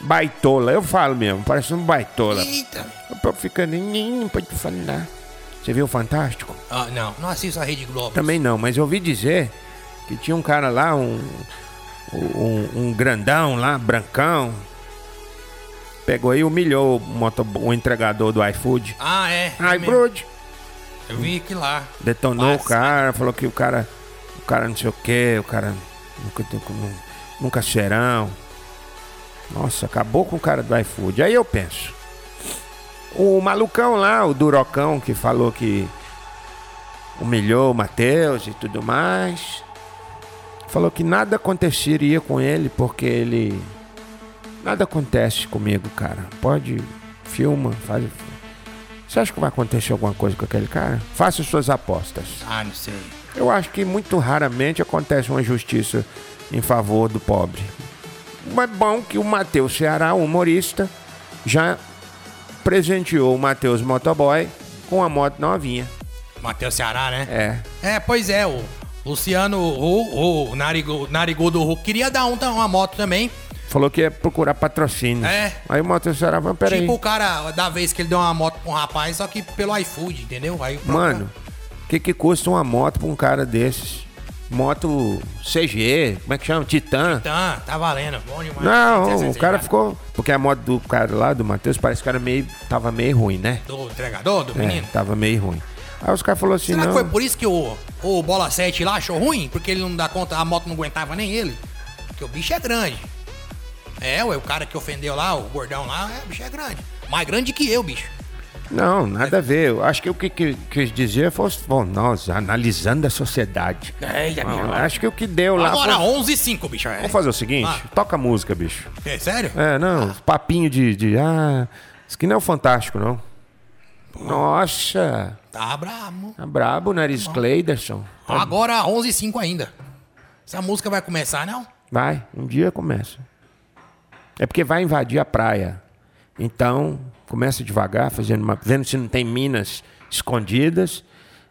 [SPEAKER 2] Baitola, eu falo mesmo, parece um baitola.
[SPEAKER 5] Eita.
[SPEAKER 2] O povo fica nem pra te falar. Você viu o Fantástico?
[SPEAKER 5] Ah, não, não assisto a Rede Globo.
[SPEAKER 2] Também não, mas eu ouvi dizer que tinha um cara lá, um, um, um grandão lá, brancão. Pegou aí e humilhou o, moto, o entregador do iFood.
[SPEAKER 5] Ah, é. é
[SPEAKER 2] Ai,
[SPEAKER 5] mesmo.
[SPEAKER 2] Brode.
[SPEAKER 5] Eu vi que lá.
[SPEAKER 2] Detonou
[SPEAKER 5] Mas-
[SPEAKER 2] o cara, falou que o cara. O cara não sei o que, o cara. Nunca, nunca, nunca cheirão. Nossa, acabou com o cara do iFood. Aí eu penso. O malucão lá, o Durocão, que falou que humilhou o Matheus e tudo mais. Falou que nada aconteceria com ele porque ele. Nada acontece comigo, cara. Pode. Filma, faz. Você acha que vai acontecer alguma coisa com aquele cara? Faça suas apostas.
[SPEAKER 5] Ah, não sei.
[SPEAKER 2] Eu acho que muito raramente acontece uma justiça em favor do pobre. Mas é bom que o Matheus Ceará, o humorista, já presenteou o Matheus Motoboy com a moto novinha.
[SPEAKER 5] Matheus Ceará, né?
[SPEAKER 2] É.
[SPEAKER 5] É, pois é, o Luciano, o, o Narigo, Narigudo Hulk, queria dar um, uma moto também.
[SPEAKER 2] Falou que ia procurar patrocínio.
[SPEAKER 5] É.
[SPEAKER 2] Aí o Matheus Ceará falou, peraí.
[SPEAKER 5] Tipo o cara, da vez que ele deu uma moto pra um rapaz, só que pelo iFood, entendeu? Aí o próprio-
[SPEAKER 2] Mano, o que, que custa uma moto pra um cara desses? Moto CG, como é que chama? Titã.
[SPEAKER 5] Tá, tá valendo, bom demais. né?
[SPEAKER 2] Não, o cara
[SPEAKER 5] Sei lá,
[SPEAKER 2] ficou. Porque a moto do cara lá, do Matheus, parece que era meio. Tava meio ruim, né?
[SPEAKER 5] Do entregador, do
[SPEAKER 2] É,
[SPEAKER 5] menino.
[SPEAKER 2] tava meio ruim. Aí os caras falaram assim,
[SPEAKER 5] Será
[SPEAKER 2] não.
[SPEAKER 5] que foi por isso que o, o Bola 7 lá achou ruim? Porque ele não dá conta, a moto não aguentava nem ele. Porque o bicho é grande. É, ué, o cara que ofendeu lá, o gordão lá, é, o bicho é grande. Mais grande que eu, bicho.
[SPEAKER 2] Não, nada a ver. Eu acho que o que, que quis dizer foi. os- Bom, nós, analisando a sociedade.
[SPEAKER 5] É,
[SPEAKER 2] Eu acho que o que deu lá.
[SPEAKER 5] Agora
[SPEAKER 2] foi-
[SPEAKER 5] 11 e 5, bicho. É,
[SPEAKER 2] Vamos fazer o seguinte:
[SPEAKER 5] Ah.
[SPEAKER 2] toca música, bicho.
[SPEAKER 5] É, sério?
[SPEAKER 2] É, não, papinho de, de. Ah, isso que não é o fantástico, não. Nossa,
[SPEAKER 5] Tá brabo.
[SPEAKER 2] tá brabo o nariz Cleiderson.
[SPEAKER 5] Agora 11 e 5 ainda. Essa música vai começar, não?
[SPEAKER 2] Vai, um dia começa. É porque vai invadir a praia. Então, começa devagar, fazendo uma- vendo se não tem minas escondidas.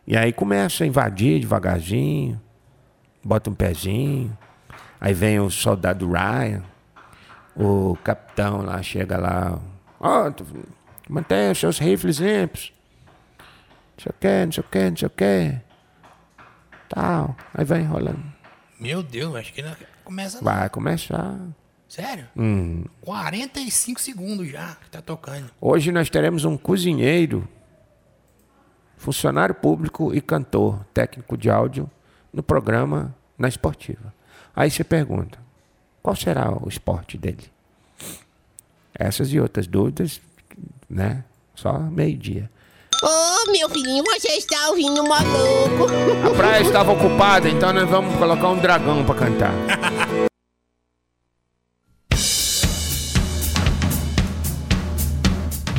[SPEAKER 2] E aí começa a invadir devagarzinho. Bota um pezinho. Aí vem o soldado Ryan. O capitão lá chega lá. Ó, tu- mantenha os seus rifles limpos. Não sei o quê, não sei o quê, não sei o quê. Tal. Aí vai enrolando.
[SPEAKER 5] Meu Deus, acho que não começa não.
[SPEAKER 2] Vai começar.
[SPEAKER 5] Sério?
[SPEAKER 1] Hum.
[SPEAKER 5] 45 segundos já que tá tocando.
[SPEAKER 2] Hoje nós teremos um cozinheiro, funcionário público e cantor, técnico de áudio, no programa na esportiva. Aí você pergunta, qual será o esporte dele? Essas e outras dúvidas, né? Só meio-dia.
[SPEAKER 6] Ô, meu filhinho, você está ouvindo maluco.
[SPEAKER 2] A praia estava ocupada, então nós vamos colocar um dragão para cantar.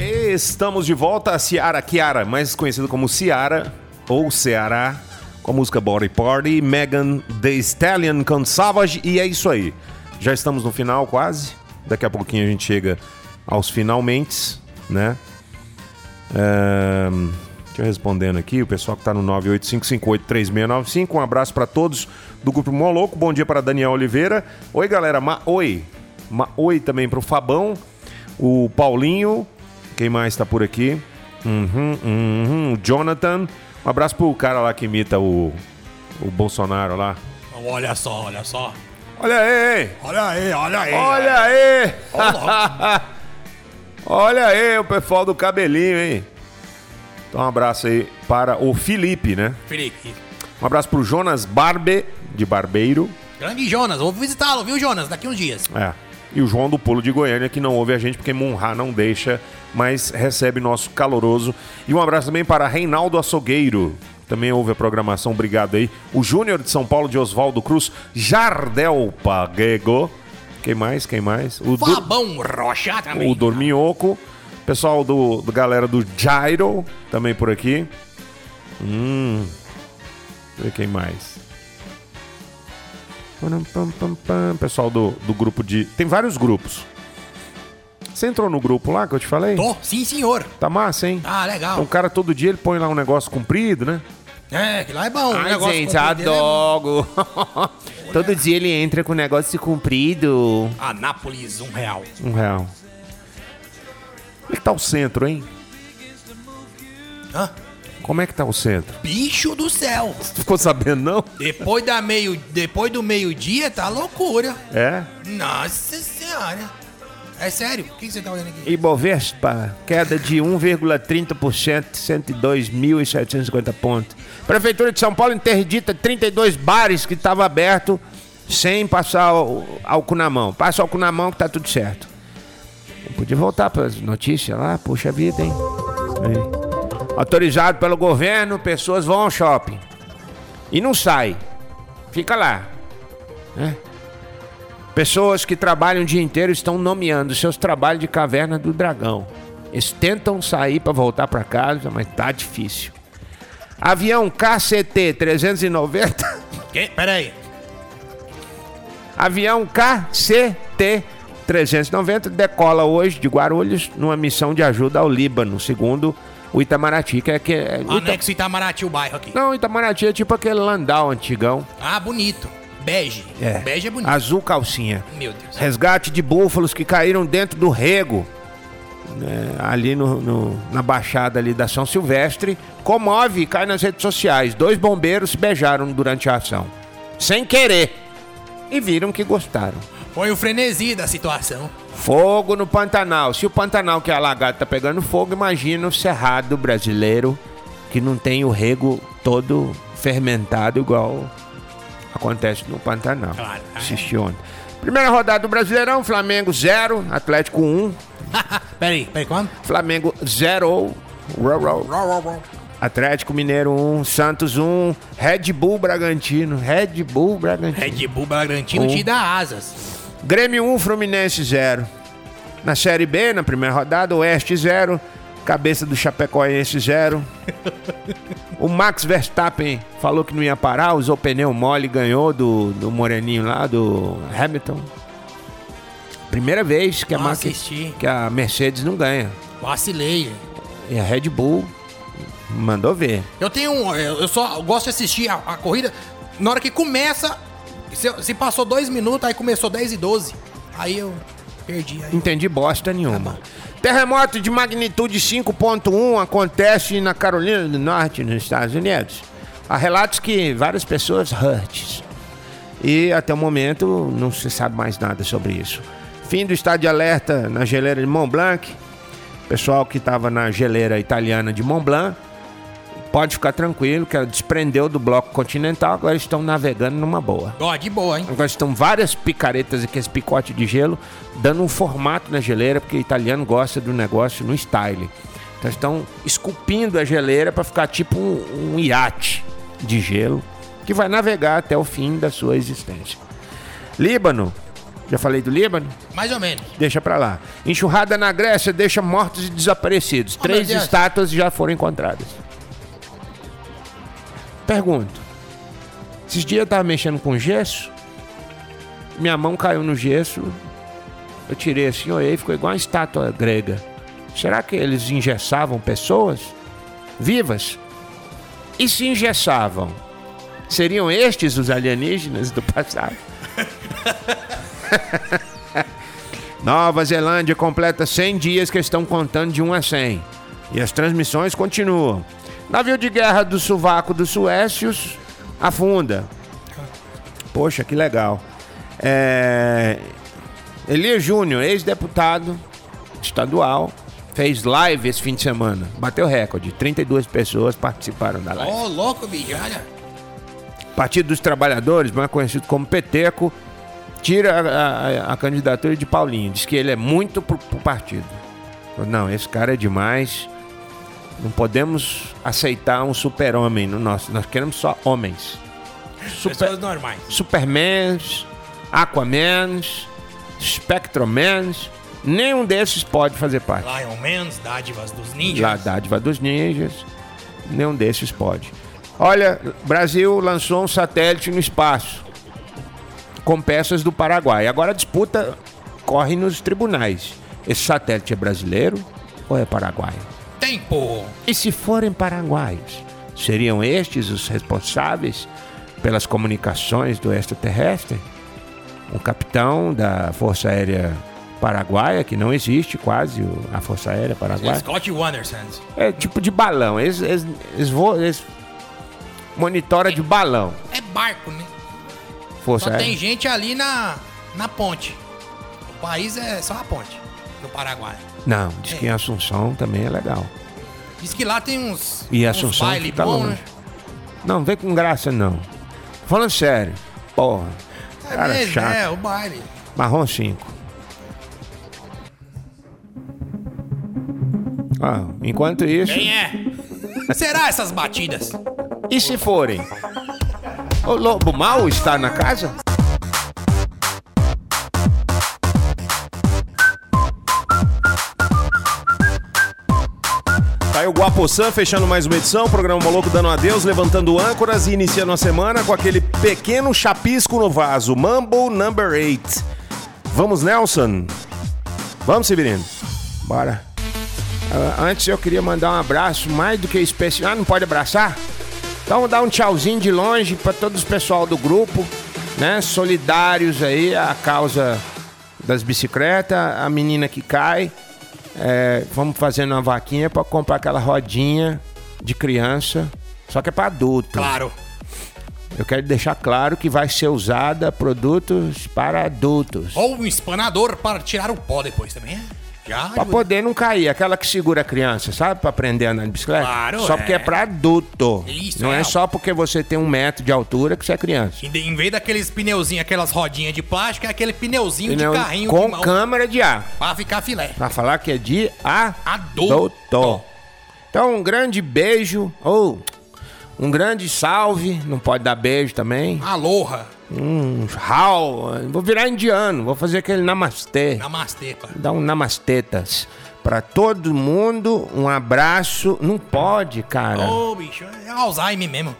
[SPEAKER 1] Estamos de volta a Ciara Kiara, mais conhecido como Ciara ou Ceará, com a música Body Party, Megan The Stallion com Savage, e é isso aí. Já estamos no final quase, daqui a pouquinho a gente chega aos finalmente, né? Ahn, Deixa eu respondendo aqui, o pessoal que tá no 985583695, um abraço para todos do grupo Moloco. Bom dia para Daniel Oliveira. Oi, galera, ma oi. Ma oi também pro Fabão, o Paulinho, quem mais tá por aqui? Uhum, uhum, o Jonathan. Um abraço pro cara lá que imita o, o Bolsonaro lá.
[SPEAKER 5] Olha só, olha só.
[SPEAKER 1] Olha aí, hein?
[SPEAKER 5] Olha aí, olha aí.
[SPEAKER 1] Olha aí! Olha aí o pessoal do cabelinho, hein? Então um abraço aí para o Felipe, né?
[SPEAKER 5] Felipe.
[SPEAKER 1] Um abraço pro Jonas Barbe, de Barbeiro.
[SPEAKER 5] Grande Jonas, vou visitá-lo, viu, Jonas? Daqui uns dias.
[SPEAKER 2] É.
[SPEAKER 1] E o João do Pulo de Goiânia, que não ouve a gente porque Munhá não deixa, mas recebe nosso caloroso. E um abraço também para Reinaldo Açougueiro. Também ouve a programação, obrigado aí. O Júnior de São Paulo, de Oswaldo Cruz, Jardel Pagego. Quem mais? Quem mais? O Du-
[SPEAKER 5] Fabão Rocha também.
[SPEAKER 1] o Dorminhoco. Pessoal do, do galera do Gyro também por aqui. Hum. Ver quem mais. Pam, pam, pam, pam. Pessoal do, do grupo de. Tem vários grupos.
[SPEAKER 7] Você entrou no grupo lá que eu te falei?
[SPEAKER 5] Tô? Sim, senhor.
[SPEAKER 7] Tá massa, hein?
[SPEAKER 5] Ah, legal.
[SPEAKER 7] O cara todo dia ele põe lá um negócio comprido, né?
[SPEAKER 5] É, que lá é bom. o
[SPEAKER 1] Ai,
[SPEAKER 5] negócio
[SPEAKER 1] gente,
[SPEAKER 5] comprido dele é
[SPEAKER 1] adoro. Todo dia ele entra com um negócio comprido.
[SPEAKER 5] bom. Anápolis, um real.
[SPEAKER 7] Um real. Como é que tá o centro, hein?
[SPEAKER 5] Hã?
[SPEAKER 7] Como é que tá o centro?
[SPEAKER 5] Bicho do céu.
[SPEAKER 7] Tu ficou sabendo, não?
[SPEAKER 5] Depois, da meio, depois do meio-dia tá loucura.
[SPEAKER 7] É?
[SPEAKER 5] Nossa senhora. É sério? O que que você tá olhando aqui?
[SPEAKER 1] Ibovespa, queda de 1,30%, 102.750 pontos. Prefeitura de São Paulo interdita 32 bares que estavam abertos sem passar o- álcool na mão. Passa álcool na mão que tá tudo certo. Eu podia voltar para as notícias lá, puxa vida, hein? Aí. Autorizado pelo governo, pessoas vão ao shopping e não sai. Fica lá. né? Pessoas que trabalham o dia inteiro estão nomeando seus trabalhos de caverna do dragão. Eles tentam sair para voltar para casa, mas tá difícil. Avião KCT 390.
[SPEAKER 5] Que? Pera aí.
[SPEAKER 1] Avião KCT 390 decola hoje de Guarulhos numa missão de ajuda ao Líbano, segundo o Itamaraty, que é que é, o Ita-
[SPEAKER 5] Anexo Itamaraty, o bairro aqui.
[SPEAKER 1] Não, Itamaraty é tipo aquele Landau antigão.
[SPEAKER 5] Ah, bonito. Bege. Bege é bonito.
[SPEAKER 1] Azul calcinha.
[SPEAKER 5] Meu Deus.
[SPEAKER 1] Resgate de búfalos que caíram dentro do rego. né, ali no- no- na baixada ali da São Silvestre, comove e cai nas redes sociais. Dois bombeiros se beijaram durante a ação. Sem querer. E viram que gostaram.
[SPEAKER 5] Foi o frenesi da situação.
[SPEAKER 1] Fogo no Pantanal. Se o Pantanal que é alagado tá pegando fogo, imagina o Cerrado brasileiro que não tem o rego todo fermentado igual acontece no Pantanal.
[SPEAKER 5] Claro.
[SPEAKER 1] Assisti ontem. Primeira rodada do Brasileirão, Flamengo 0, Atlético 1,
[SPEAKER 5] Pera aí. Pera aí, quando?
[SPEAKER 1] Flamengo 0, Atlético Mineiro 1, Santos 1, Red Bull Bragantino, Red Bull Bragantino.
[SPEAKER 5] Red Bull Bragantino
[SPEAKER 1] Um.
[SPEAKER 5] te dá asas.
[SPEAKER 1] Grêmio 1, Fluminense 0. Na Série B, na primeira rodada, Oeste 0. Cabeça do Chapecoense 0. o Max Verstappen falou que não ia parar, usou pneu mole, ganhou do, do Moreninho lá, do Hamilton. Primeira vez que a,
[SPEAKER 5] Não
[SPEAKER 1] Max,
[SPEAKER 5] assisti.
[SPEAKER 1] que a Mercedes não ganha.
[SPEAKER 5] Vacilei. hein?
[SPEAKER 1] E a Red Bull mandou ver.
[SPEAKER 5] Eu tenho um. Eu eu só gosto de assistir a, a corrida. Na hora que começa, se, se passou dois minutos, aí começou 10 e 12. Aí eu perdi. Aí.
[SPEAKER 1] Entendi bosta nenhuma. Terremoto de magnitude 5.1 acontece na Carolina do Norte, nos Estados Unidos. Há relatos que várias pessoas hurts. E até o momento não se sabe mais nada sobre isso. Fim do estado de alerta na geleira de Mont Blanc. Pessoal que estava na geleira italiana de Mont Blanc, pode ficar tranquilo que ela desprendeu do bloco continental, agora estão navegando numa boa.
[SPEAKER 5] Ó, de boa, hein?
[SPEAKER 1] Agora estão várias picaretas aqui, esse picote de gelo, dando um formato na geleira, porque italiano gosta do negócio no style. Então estão esculpindo a geleira para ficar tipo um, um iate de gelo que vai navegar até o fim da sua existência. Líbano, já falei do Líbano?
[SPEAKER 5] Mais ou menos.
[SPEAKER 1] Deixa pra lá. Enxurrada na Grécia deixa mortos e desaparecidos. Três
[SPEAKER 5] Deus.
[SPEAKER 1] estátuas já foram encontradas. Pergunto. Esses dias eu tava mexendo com gesso. Minha mão caiu no gesso. Eu tirei assim, olhei, ficou igual uma estátua grega. Será que eles engessavam pessoas vivas? E se engessavam? Seriam estes os alienígenas do passado? Nova Zelândia completa 100 dias que estão contando de 1 a 100. E as transmissões continuam. Navio de guerra do Sovaco dos Suécios afunda. Poxa, que legal. É... Elias Júnior, ex-deputado estadual, fez live esse fim de semana. Bateu recorde. 32 pessoas participaram da live.
[SPEAKER 5] Ô, louco, bicho, olha.
[SPEAKER 1] Partido dos Trabalhadores, mais conhecido como Peteco, tira a, a- a candidatura de Paulinho. Diz que ele é muito pro, pro partido. Falou, Não, esse cara é demais. Não podemos aceitar um super-homem no nosso. Nós queremos só homens.
[SPEAKER 5] Pessoas normais.
[SPEAKER 1] Supermans, Aquamans, Spectromans. Nenhum desses pode fazer parte
[SPEAKER 5] Lion Man's, dádivas dos
[SPEAKER 1] lá
[SPEAKER 5] ninjas.
[SPEAKER 1] dádiva dos ninjas, nenhum desses pode. Olha, Brasil lançou um satélite no espaço com peças do Paraguai. Agora a disputa corre nos tribunais.
[SPEAKER 2] Esse satélite é brasileiro ou é paraguaio?
[SPEAKER 5] Tempo.
[SPEAKER 2] E se forem paraguaios, seriam estes os responsáveis pelas comunicações do extraterrestre? Um capitão da Força Aérea Paraguaia, que não existe quase o- a Força Aérea Paraguaia.
[SPEAKER 5] Scott Wanderson.
[SPEAKER 2] É tipo de balão. Eles, eles, eles, vo- eles monitora de balão.
[SPEAKER 5] É barco, né?
[SPEAKER 2] Força
[SPEAKER 5] Só
[SPEAKER 2] Aérea.
[SPEAKER 5] tem gente ali na, na ponte. O país é só a ponte do Paraguai.
[SPEAKER 2] Não, diz que em Assunção também é legal.
[SPEAKER 5] Diz que lá tem uns,
[SPEAKER 2] E
[SPEAKER 5] uns
[SPEAKER 2] Assunção
[SPEAKER 5] baile
[SPEAKER 2] fica
[SPEAKER 5] bom,
[SPEAKER 2] longe.
[SPEAKER 5] né?
[SPEAKER 2] Não, vem com graça não. Falando sério. Porra.
[SPEAKER 5] É
[SPEAKER 2] Cara,
[SPEAKER 5] mesmo,
[SPEAKER 2] chato.
[SPEAKER 5] é, o baile.
[SPEAKER 2] Marrom é 5. Ah, enquanto isso.
[SPEAKER 5] Quem é? Será essas batidas?
[SPEAKER 2] E se forem? O lobo mau está na casa?
[SPEAKER 4] Tá aí o Guapoçã fechando mais uma edição, programa Maluco dando adeus, levantando âncoras e iniciando a semana com aquele pequeno chapisco no vaso, Mambo Number 8. Vamos, Nelson? Vamos, Severino?
[SPEAKER 2] Bora. Ah, antes eu queria mandar um abraço mais do que especial. Ah, não pode abraçar? Então vou dar um tchauzinho de longe para todos os pessoal do grupo, né? Solidários aí à causa das bicicletas, a menina que cai. É, vamos fazendo uma vaquinha para comprar aquela rodinha de criança, só que é para adulto.
[SPEAKER 5] Claro.
[SPEAKER 2] Eu quero deixar claro que vai ser usada produtos para adultos.
[SPEAKER 5] Ou um espanador para tirar o pó depois também, é? Já.
[SPEAKER 2] Pra poder não cair, aquela que segura a criança, sabe? Pra aprender a andar de bicicleta.
[SPEAKER 5] Claro,
[SPEAKER 2] Só porque é
[SPEAKER 5] é.
[SPEAKER 2] pra adulto.
[SPEAKER 5] Isso,
[SPEAKER 2] não é.
[SPEAKER 5] é.
[SPEAKER 2] só porque você tem um metro de altura que você é criança.
[SPEAKER 5] Em de- Em vez daqueles pneuzinhos, aquelas rodinhas de plástico, é aquele pneuzinho
[SPEAKER 2] Não,
[SPEAKER 5] de carrinho
[SPEAKER 2] um com
[SPEAKER 5] de mão
[SPEAKER 2] câmera de ar.
[SPEAKER 5] pra ficar filé.
[SPEAKER 2] Pra falar que é de a
[SPEAKER 5] Adulto.
[SPEAKER 2] doutor. Então, um grande beijo. Ou um grande salve. Não pode dar beijo também.
[SPEAKER 5] Aloha.
[SPEAKER 2] Um hau. Vou virar indiano. Vou fazer aquele namastê.
[SPEAKER 5] Namastê, pá.
[SPEAKER 2] Dá um namastetas. Pra todo mundo, um abraço. Não pode, cara.
[SPEAKER 5] Ô, bicho, é Alzheimer mesmo.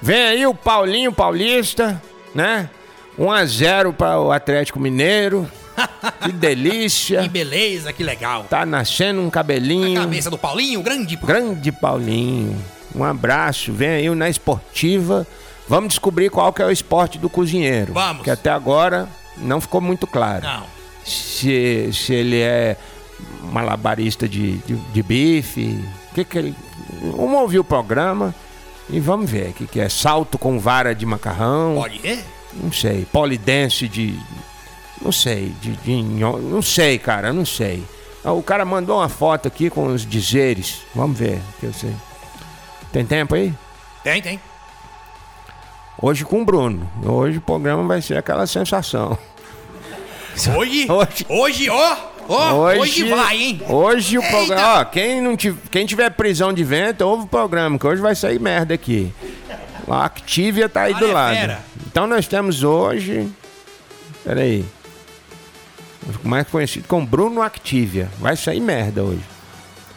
[SPEAKER 2] Vem aí o Paulinho Paulista, né? 1x0 para o Atlético Mineiro. Que
[SPEAKER 5] Que Tá
[SPEAKER 2] delícia.
[SPEAKER 5] beleza, que legal.
[SPEAKER 2] Tá nascendo um
[SPEAKER 5] A
[SPEAKER 2] cabelinho.
[SPEAKER 5] cabeça do Paulinho, grande. pô.
[SPEAKER 2] Grande Paulinho. Um abraço. Vem aí o na esportiva. Vamos descobrir qual que é o esporte do cozinheiro.
[SPEAKER 5] Vamos.
[SPEAKER 2] Que até agora não ficou muito claro.
[SPEAKER 5] Não.
[SPEAKER 2] Se, se ele é malabarista de, de, de bife. O que que ele... Vamos ouvir o programa e vamos ver o que, que é. Salto com vara de macarrão.
[SPEAKER 5] Pode ser?
[SPEAKER 2] não sei, polidense de. Não sei, de, de nho- Não sei, cara, não sei. Ah, O cara mandou uma foto aqui com os dizeres. Vamos ver, que eu sei. Tem tempo aí?
[SPEAKER 5] Tem, tem.
[SPEAKER 2] Hoje com o Bruno. Hoje o programa vai ser aquela sensação.
[SPEAKER 5] Hoje,
[SPEAKER 2] Hoje.
[SPEAKER 5] hoje, ó, ó, hoje, vai, hein?
[SPEAKER 2] Hoje o
[SPEAKER 5] Eita!
[SPEAKER 2] programa. Ó, quem, não tiver, quem tiver prisão de vento, ouve o programa, que hoje vai sair merda aqui. A Activia tá aí
[SPEAKER 5] Olha, é
[SPEAKER 2] do lado.
[SPEAKER 5] fera.
[SPEAKER 2] Então nós temos hoje. Peraí. O Mais conhecido como Bruno Activia. Vai sair merda hoje.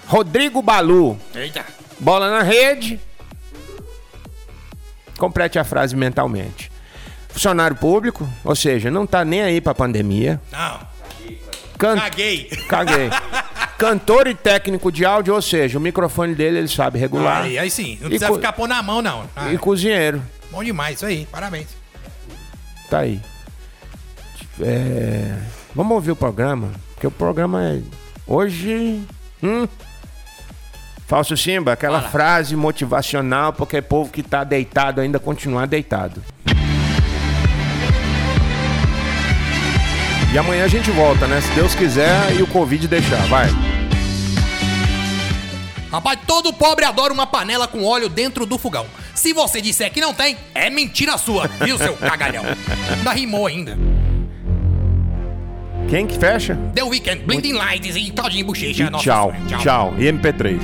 [SPEAKER 2] Rodrigo Balu.
[SPEAKER 5] Eita,
[SPEAKER 2] Bola na rede. Complete a frase mentalmente. Funcionário público, ou seja, não tá nem aí pra pandemia.
[SPEAKER 5] não,
[SPEAKER 2] Can-
[SPEAKER 5] caguei.
[SPEAKER 2] Caguei. Cantor e técnico de áudio, ou seja, o microfone dele ele sabe regular.
[SPEAKER 5] Aí, aí sim, não precisa
[SPEAKER 2] co-
[SPEAKER 5] ficar pôr na mão, não. Ah,
[SPEAKER 2] E cozinheiro.
[SPEAKER 5] Bom demais, isso aí, parabéns.
[SPEAKER 2] Tá aí. É, Vamos ouvir o programa, porque o programa é. Hoje. Hum? Falso Simba, aquela frase motivacional, porque é povo que tá deitado ainda continuar deitado.
[SPEAKER 4] E amanhã a gente volta, né? Se Deus quiser e o Covid deixar. Vai.
[SPEAKER 5] Rapaz, todo pobre adora uma panela com óleo dentro do fogão. Se você disser que não tem, é mentira sua, viu, seu cagalhão? Ainda rimou ainda.
[SPEAKER 4] Quem que fecha?
[SPEAKER 5] The Weekend, Blinding Lights e Todinho Bochecha.
[SPEAKER 4] E tchau.
[SPEAKER 5] Senhora.
[SPEAKER 4] Tchau. E MP3.